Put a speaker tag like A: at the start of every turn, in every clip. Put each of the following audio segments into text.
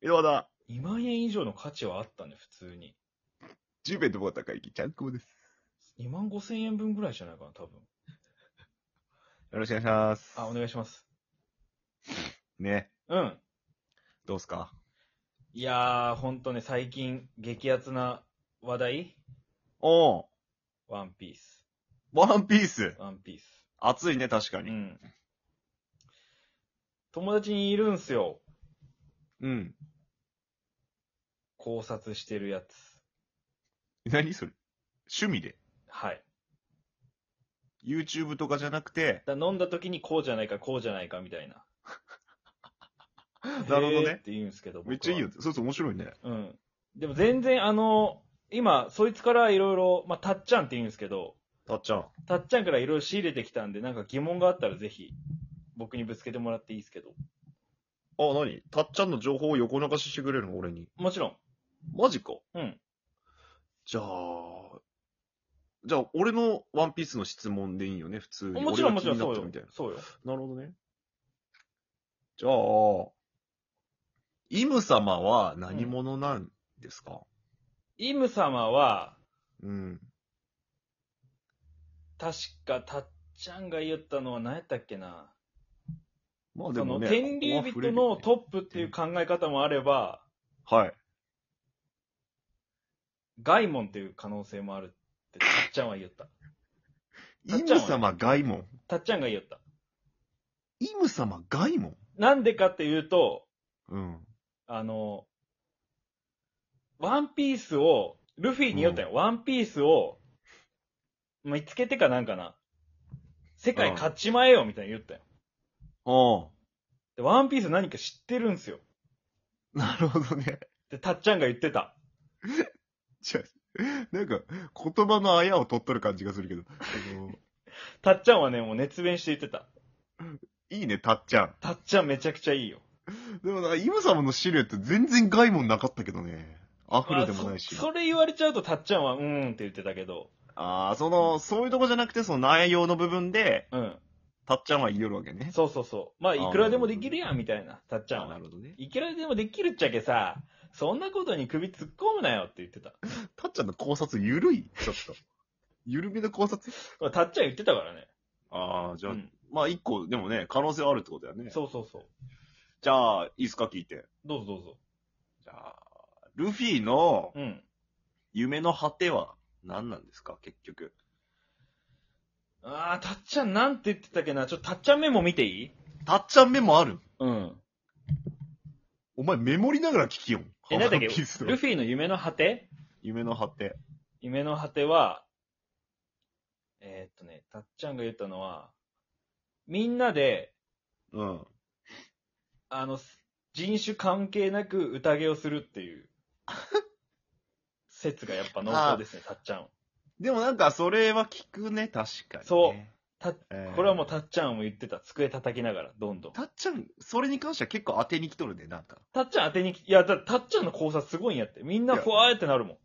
A: 江戸だ。
B: 2万円以上の価値はあったね、普通に。
A: 10弁とボー高いき、ちゃんこです。
B: 2万5千円分ぐらいじゃないかな、多分。
A: よろしくお願いします。
B: あ、お願いします。
A: ね、
B: うん。
A: どうすか
B: いやー、ほんとね、最近、激アツな話題
A: おー、
B: ワンピース。
A: ワンピース。
B: ワンピース。
A: 熱いね、確か
B: う
A: に。
B: ん。友達にいるんすよ。
A: うん。
B: 考察してるやつ。
A: 何それ趣味で
B: はい。
A: ?YouTube とかじゃなくて、
B: だから飲んだ時にこうじゃないか、こうじゃないか、みた いな。な
A: るほどね
B: って言うんですけど、僕は
A: めっちゃいいよ。。そうそう、面白いね。
B: うん。でも全然あの、今、そいつからいろいろ、まあ、たっちゃんって言うんですけど、
A: たっちゃん。
B: たっちゃんからいろいろ仕入れてきたんで、なんか疑問があったらぜひ、僕にぶつけてもらっていいですけど。
A: あ、なにたっちゃんの情報を横流ししてくれるの俺に。
B: もちろん。
A: マジか。
B: うん。
A: じゃあ、じゃあ、俺のワンピースの質問でいいよね、普通に。
B: もちろん、も
A: 俺が気
B: ちろん、
A: になって
B: そう
A: る
B: よ
A: みたいな。。
B: そうよ。
A: なるほどね。じゃあ、イム様は何者なんですか
B: イム様は、
A: うん。
B: 確かたっちゃんが言ったのは何やったっけな。
A: まあで
B: そ
A: も
B: の、
A: ね。
B: 天
A: こ
B: 竜人の
A: こは触れるよね
B: トップっていう考え方もあれば、
A: はい。
B: ガイモンっていう可能性もあるって、たっちゃんは言った。たっ
A: イ
B: ちゃんは
A: ム様ガイモン。
B: たっちゃんが言った。
A: イム様ガイモン
B: なんでかっていうと、
A: うん。
B: あの、ワンピースを、ルフィによったよ、ワンピースを、見つけてかなんかな。世界勝ちまえよ、みたいに言ったよ。
A: あ
B: で、ワンピース何か知ってるんすよ。
A: あ。なるほどね。
B: で、たっちゃんが言ってた。
A: じゃあなんか、言葉のあやを取っとる感じがするけど。あの
B: たっちゃんはね、もう熱弁して言ってた。
A: いいね、たっちゃん。
B: たっちゃんめちゃくちゃいいよ。
A: でもなんか、イム様のシルエット全然ガイモンなかったけどね。溢れでもないし。
B: あそそれ言われちゃうとたっちゃんは、うーんって言ってたけど、
A: ああ、その、そういうとこじゃなくて、その内容の部分で、
B: うん。
A: たっちゃんは言いよるわけね。
B: そうそうそう。まあ、いくらでもできるやん、みたいな、たっちゃん
A: あ
B: は
A: な。るほどね。
B: いくらでもできるっちゃけさ、そんなことに首突っ込むなよって言ってた。
A: たっちゃんの考察ゆるいちょっと。 ゆるみの考察
B: まあたっちゃん言ってたからね。
A: ああ、じ
B: うん
A: まあ一個、でもね、可能性はあるってことだよね
B: そうそうそう。
A: じゃあ、いいっすか聞いて。
B: どうぞどうぞ。
A: じゃあ、ルフィの
B: うん。
A: 夢の果ては何なんですか結局。
B: ああ、たっちゃんなんて言ってたっけな。ちょっとたっちゃんメモ見ていい
A: たっちゃんメモある
B: うん。
A: お前メモりながら聞きよん。
B: え、なんだっけ
A: ワンピースの
B: ルフィの夢の果て
A: 夢の果て。
B: 夢の果ては、えーっとね、たっちゃんが言ったのは、みんなで、
A: うん。
B: あの、人種関係なく宴をするって いう、説がやっぱ濃厚ですね、たっちゃん。
A: でもなんか、それは聞くね、確かに、ね。
B: そうた、
A: えー
B: これはもうたっちゃんも言ってた。机叩きながら、どんどん。
A: たっちゃん、それに関しては結構当てに来とるね、なんか。
B: たっちゃん当てにき、いや、だたっちゃんの考察すごいんやって。みんなふわーってなるもん。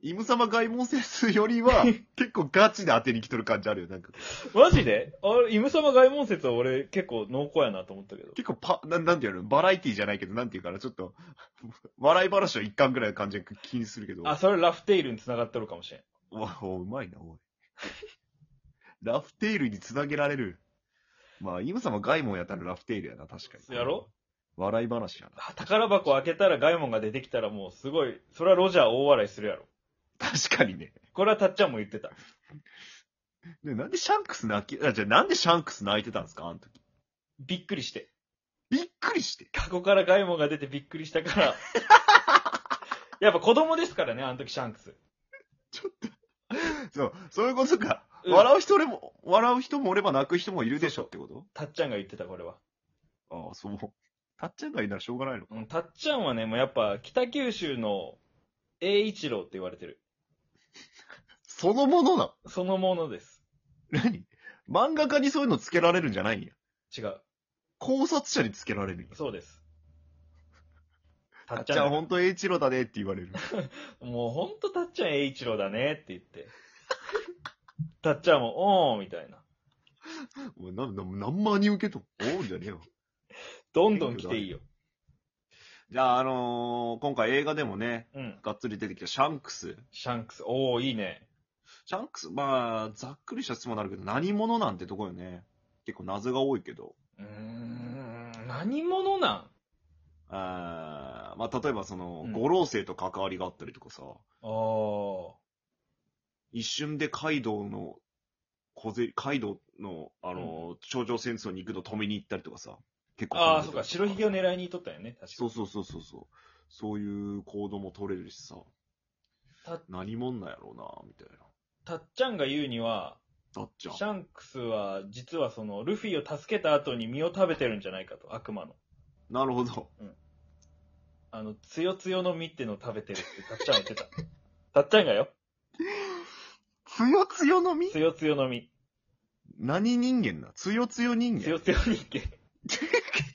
A: イム様外門説より は、結構ガチで当てに来とる感じあるよ、なんか。
B: マジであれ、イム様外門説は俺結構濃厚やなと思ったけど。
A: 結構パ、なん、なんていうのバラエティじゃないけど、なんていうかな、ちょっと、 笑い話を一巻ぐらいの感じが気にするけど。
B: あ、それラフテイルに繋がってるかもしれん。
A: うわ、おうまいな、おい。ラフテールにつなげられる。まあ、イム様外門やったらラフテールやな、確かに。
B: やろ
A: 笑い話やな。
B: あ宝箱開けたら外門が出てきたらもうすごい、それはロジャー大笑いするやろ。
A: 確かにね。
B: これはたっちゃんも言ってた。
A: ね、なんでシャンクス泣き、あ、じゃあなんでシャンクス泣いてたんですか、あの時。
B: びっくりして。
A: びっくりして。
B: 過去から外門が出てびっくりした から。やっぱ子供ですからね、あの時シャンクス。
A: そう、そういうことか。
B: うん
A: 笑う人も、笑う人もおれば泣く人もいるでしょってこと
B: たっちゃんが言ってた、これは。
A: ああ、そう。たっちゃんがいいならしょうがないのか。
B: うん、たっちゃんはね、もうやっぱ北九州の栄一郎って言われてる。
A: そのものな。
B: そのものです。
A: 何漫画家にそういうのつけられるんじゃないんや。
B: 違う。
A: 考察者につけられるんや。
B: そうです。た
A: た
B: っ
A: っ
B: ち
A: ち
B: ゃ
A: ゃ
B: ん
A: ん、ほんと栄一郎だねって言わ れる。
B: もうほんとたっちゃん栄一郎だねって言って。 たっちゃんも、おーんみたいな。
A: お前、なん、なん、何万人受けとん。おうじゃねえよ。
B: どんどん来ていいよ。
A: じゃあ、あのー今回映画でもね、
B: うん。
A: がっつり出てきたシャンクス。
B: シャンクス。おおいいね。
A: シャンクス、まあ、ざっくりした質問になるけど、何者なんてとこよね。結構謎が多いけど。
B: うーん。何者なん
A: あーまあ、例えばその
B: うん、
A: 五老星と関わりがあったりとかさ、
B: ああ。
A: 一瞬でカイドウの、小ぜカイドウの、あの、頂上戦争に行くの止めに行ったりとかさ、結構。
B: ああ、そうか。白ひげを狙いに行っとったよね。確かに。
A: そうそうそうそうそう。そういう行動も取れるしさ、
B: た、
A: 何者なんやろうな、みたい
B: たっちゃんが言うには、
A: な。だっち
B: シ
A: ゃん。
B: ャンクスは、実はその、ルフィを助けた後に身を食べてるんじゃないかと、悪魔の。
A: なるほど。
B: あの、つよつよの実ってのを食べてるって、たっちゃんは言 ってた。たっちゃんがよ、
A: つよつよの実
B: つよつよの実。
A: 何人間だつよつよ人
B: つよ
A: 間。
B: つよ人間。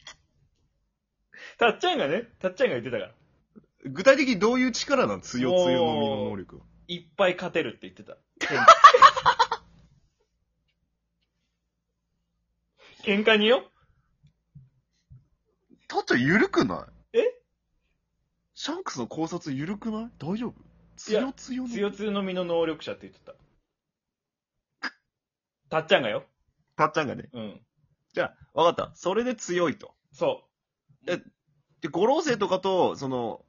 B: たっちゃんがね、たっちゃんが言ってたから、
A: 具体的にどういう力なんつよつよの実の能力は。
B: いっぱい勝てるって言ってた。喧嘩によ
A: たっちゃん緩くない
B: え
A: シャンクスの考察緩くない大丈夫
B: いや
A: 強強の
B: つよつよの実の能力者って言ってた。たっちゃんがよ
A: たっちゃんがね。
B: うん。
A: じゃあ、わかった。それで強いと。
B: そう。
A: で、五老星とかと、その、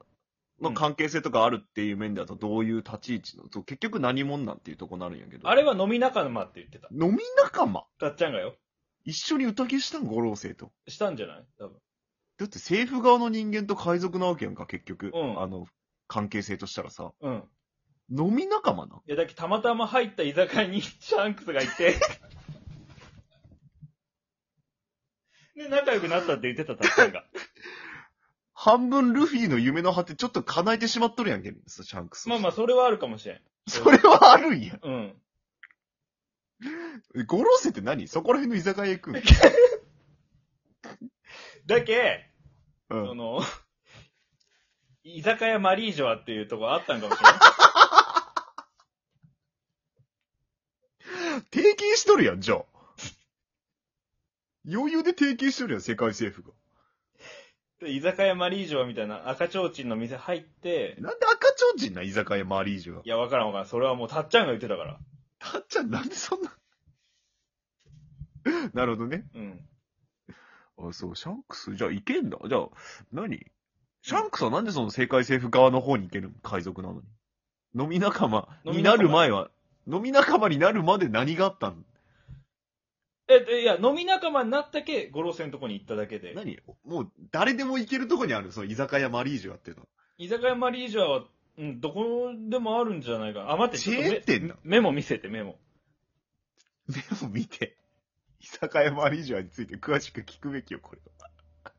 B: う
A: の
B: ん
A: 関係性とかあるっていう面だと、どういう立ち位置の、そう結局何者なんていうとこになるんやけど。
B: あれは飲み仲間って言ってた。
A: 飲み仲間
B: たっちゃんがよ。
A: 一緒に宴したん五老星と。
B: したんじゃない多分。
A: だって政府側の人間と海賊なわけやんか、結局。
B: うん
A: あの、関係性としたらさ。
B: うん。
A: 飲み仲間なん
B: いや、だけどたまたま入った居酒屋にシャンクスがい て。で、仲良くなったって言ってた、たっちゃんが。
A: 半分ルフィの夢の果てちょっと叶えてしまっとるやんけ、シャンクス。
B: まあまあ、それはあるかもしれん。
A: それはあるんや。
B: うん。
A: 五老星って何そこら辺の居酒屋行くん
B: だけ、
A: う
B: そ
A: ん。
B: の、居酒屋マリージョアっていうとこあったんかもしれん。
A: 提携しとるやん、じゃあ。余裕で提携しとるやん、世界政府が。
B: で居酒屋マリージョアみたいな赤ちょうちんの店入って、
A: なんで赤ちょうちんな居酒屋マリージュが。
B: いや、わからんわからん。それはもうたっちゃんが言ってたから。
A: たっちゃんなんでそんな。 なるほどね。
B: うん。
A: あ、そう、シャンクス、じゃあ行けんだ。じゃあ、何シャンクスはなんでその世界政府側の方に行けるの海賊なのに。飲み仲間になる前は、飲み仲間になるまで何があったの
B: え、でいや、飲み仲間になったけ、五郎星のとこに行っただけで。
A: 何もう誰でも行けるとこにある、その居酒屋マリージュやっていうのは。
B: 居酒屋マリージョアは、うん、どこでもあるんじゃないかな。あ、待って、
A: チ
B: ちょ
A: ェ
B: っと
A: ーン
B: メ
A: 店だ。
B: メモ見せて、メモ。
A: でも見て。居酒屋マリージュについて詳しく聞くべきよ、これ
B: あ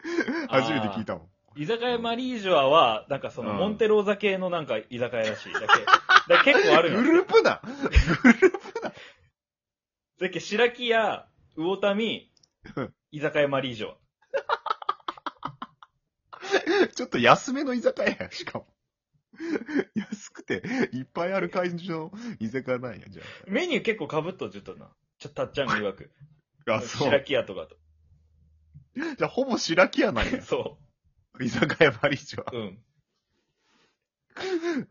B: ー
A: は。初めて聞いたもん。
B: 居酒屋マリージョアは、なんかその、
A: うん
B: モンテローザ系のなんか居酒屋らしい。だけ。だけ結構あ
A: グ
B: るよ
A: ループだ
B: だけ白木屋、魚民
A: うん、
B: 居酒屋マリージョア。
A: ちょっと安めの居酒屋や、しかも。安くて、いっぱいある感じの居酒屋なんや、じゃ
B: メニュー結構被っとじゅっとんな。ちょ、たっちゃんが曰く。
A: あ。あ、そ
B: 白
A: う。
B: 木屋とかと。。
A: じゃあ、ほぼ白木屋なんや
B: そ
A: 居酒屋マリージョ
B: う。うん。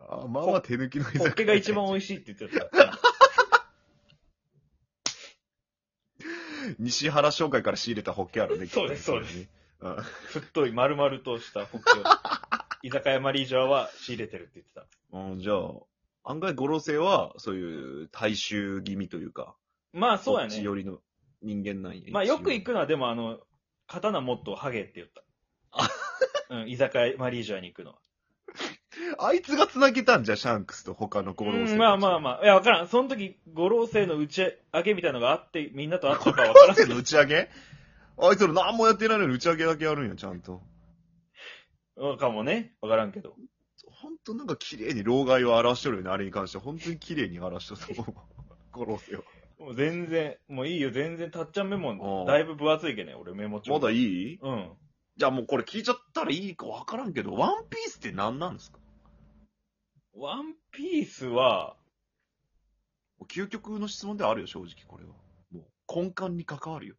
A: ア。あまあまあ手抜きの居酒
B: ホ
A: 屋。
B: ッケが一番美味しいって言っ てた。
A: 西原商会から仕入れたホッケあるね。。
B: そうですそうです
A: うん
B: 太い丸々としたホッケを。居酒屋マリージョアは仕入れてるって言ってた。
A: うん、じゃあ、案外五老星は、そういう大衆気味というか、
B: まあ、そうやね。
A: こっち寄りの人間なんや。
B: まあよく行
A: く。
B: くのはでもあの、刀もっとハゲって言った。うん、居酒屋マリージョアに行くのは。
A: あいつが繋げたんじゃ、シャンクスと他の五老星たち
B: うんまあまあまあ。いや、わからん。その時、五老星の打ち上げみたいのがあって、みんなと会ったかわからん
A: なん。での打ち上げあいつら何もやってないのに打ち上げだけやるんや、ちゃんと。
B: うんかもね。わからんけど。
A: ほんとなんか綺麗に老害を表しとるよね、あれに関しては。ほんとに綺麗に表しとると思う。五老星は。
B: もう全然、もういいよ、全然、たっちゃんメモ
A: う、ん
B: だいぶ分厚いけね、俺メモ帳。
A: まだい
B: い
A: い
B: うん。
A: じゃあもうこれ聞いちゃったらいいかわからんけど、ワンピースって何なんですか
B: ワンピースは、
A: 究極の質問ではあるよ、正直これは。もう根幹に関わるよ。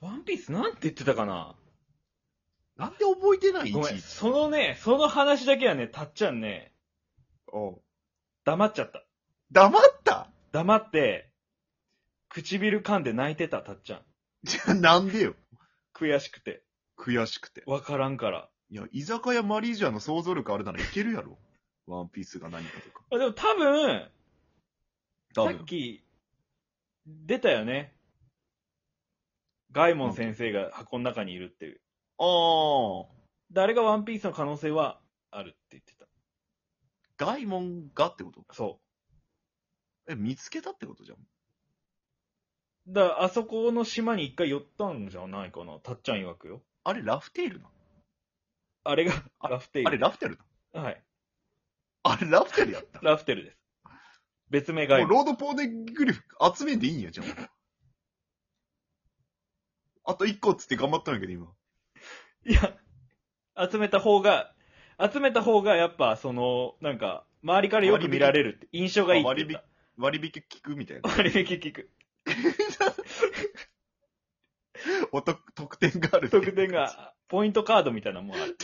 B: ワンピースなんて言ってたかな
A: なんで覚えてないい
B: ごめ
A: ち
B: ん、
A: いち。
B: そのね、その話だけはね、たっちゃんね、
A: おう
B: 黙っちゃった。
A: 黙った
B: 黙って、唇噛んで泣いてた、たっちゃん。
A: じゃあなんでよ。
B: 悔しくて。
A: 悔しくて。
B: わからんから。
A: いや、居酒屋マリージャの想像力あるならいけるやろ。 ワンピースが何かとか。
B: あでも多分、
A: 多
B: さっ
A: 分。
B: き、出たよね。ガイモン先生が箱の中にいるっていう。
A: あ
B: 誰がワンピースの可能性はあるって言ってた。
A: あ。ガイモンがってこと
B: そ
A: え、見つけたってことじゃん。
B: う。だから、あそこの島に一回寄ったんじゃないかな。たっちゃん曰くよ。
A: あれ、ラフテールな。
B: あれが、ラフテ
A: あ
B: ー
A: れ、
B: ル。
A: ラフテールな。
B: はい。
A: あれ、ラフテールや った。
B: ラフテルです。別名ガイ
A: もう
B: モ
A: ロ
B: ン。
A: ードポーネグリフ集めんでいいんや、じゃあ。あと1個っつって頑張ったんやけど、今。
B: いや、集めた方が、集めた方がやっぱ、その、なんか、周りからよく見られるって、印象がいいって言った。
A: 割引聞くみたい な。
B: 割引聞く。
A: お得、特典がある。
B: 特典。が、ポイントカードみたいなのもある。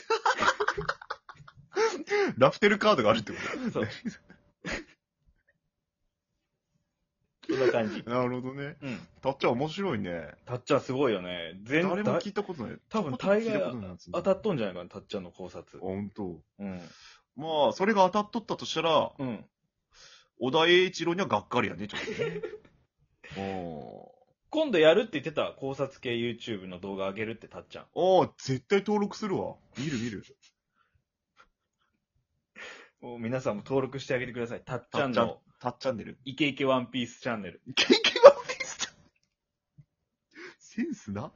A: ラフテルカードがあるってこと
B: そう。そんな感じ。
A: なるほどね。
B: うん。
A: たっちゃん面白いね。
B: たっちゃんすごいよね。全
A: 誰も
B: 体、
A: 聞いたことない。
B: 多分
A: 大概
B: 大概
A: 当
B: 当
A: た
B: た
A: っ
B: っとんじゃないかな、たっちゃんの考察。
A: 本当。
B: うん。
A: まあ、それが当たっとったとしたら、
B: うん。
A: 小田栄一郎にはがっかりやね、ちょっと ね。お
B: 今度やるって言ってた考察系 YouTube の動画上げるってたっちゃん。
A: ーおー絶対登録するわ。見る見る。
B: もう皆さんも登録してあげてください。たっちゃん
A: たっち
B: の
A: たっチャンネル。
B: イ ケイケワンピースチャンネル。
A: ケーキワンピースちゃん。センスな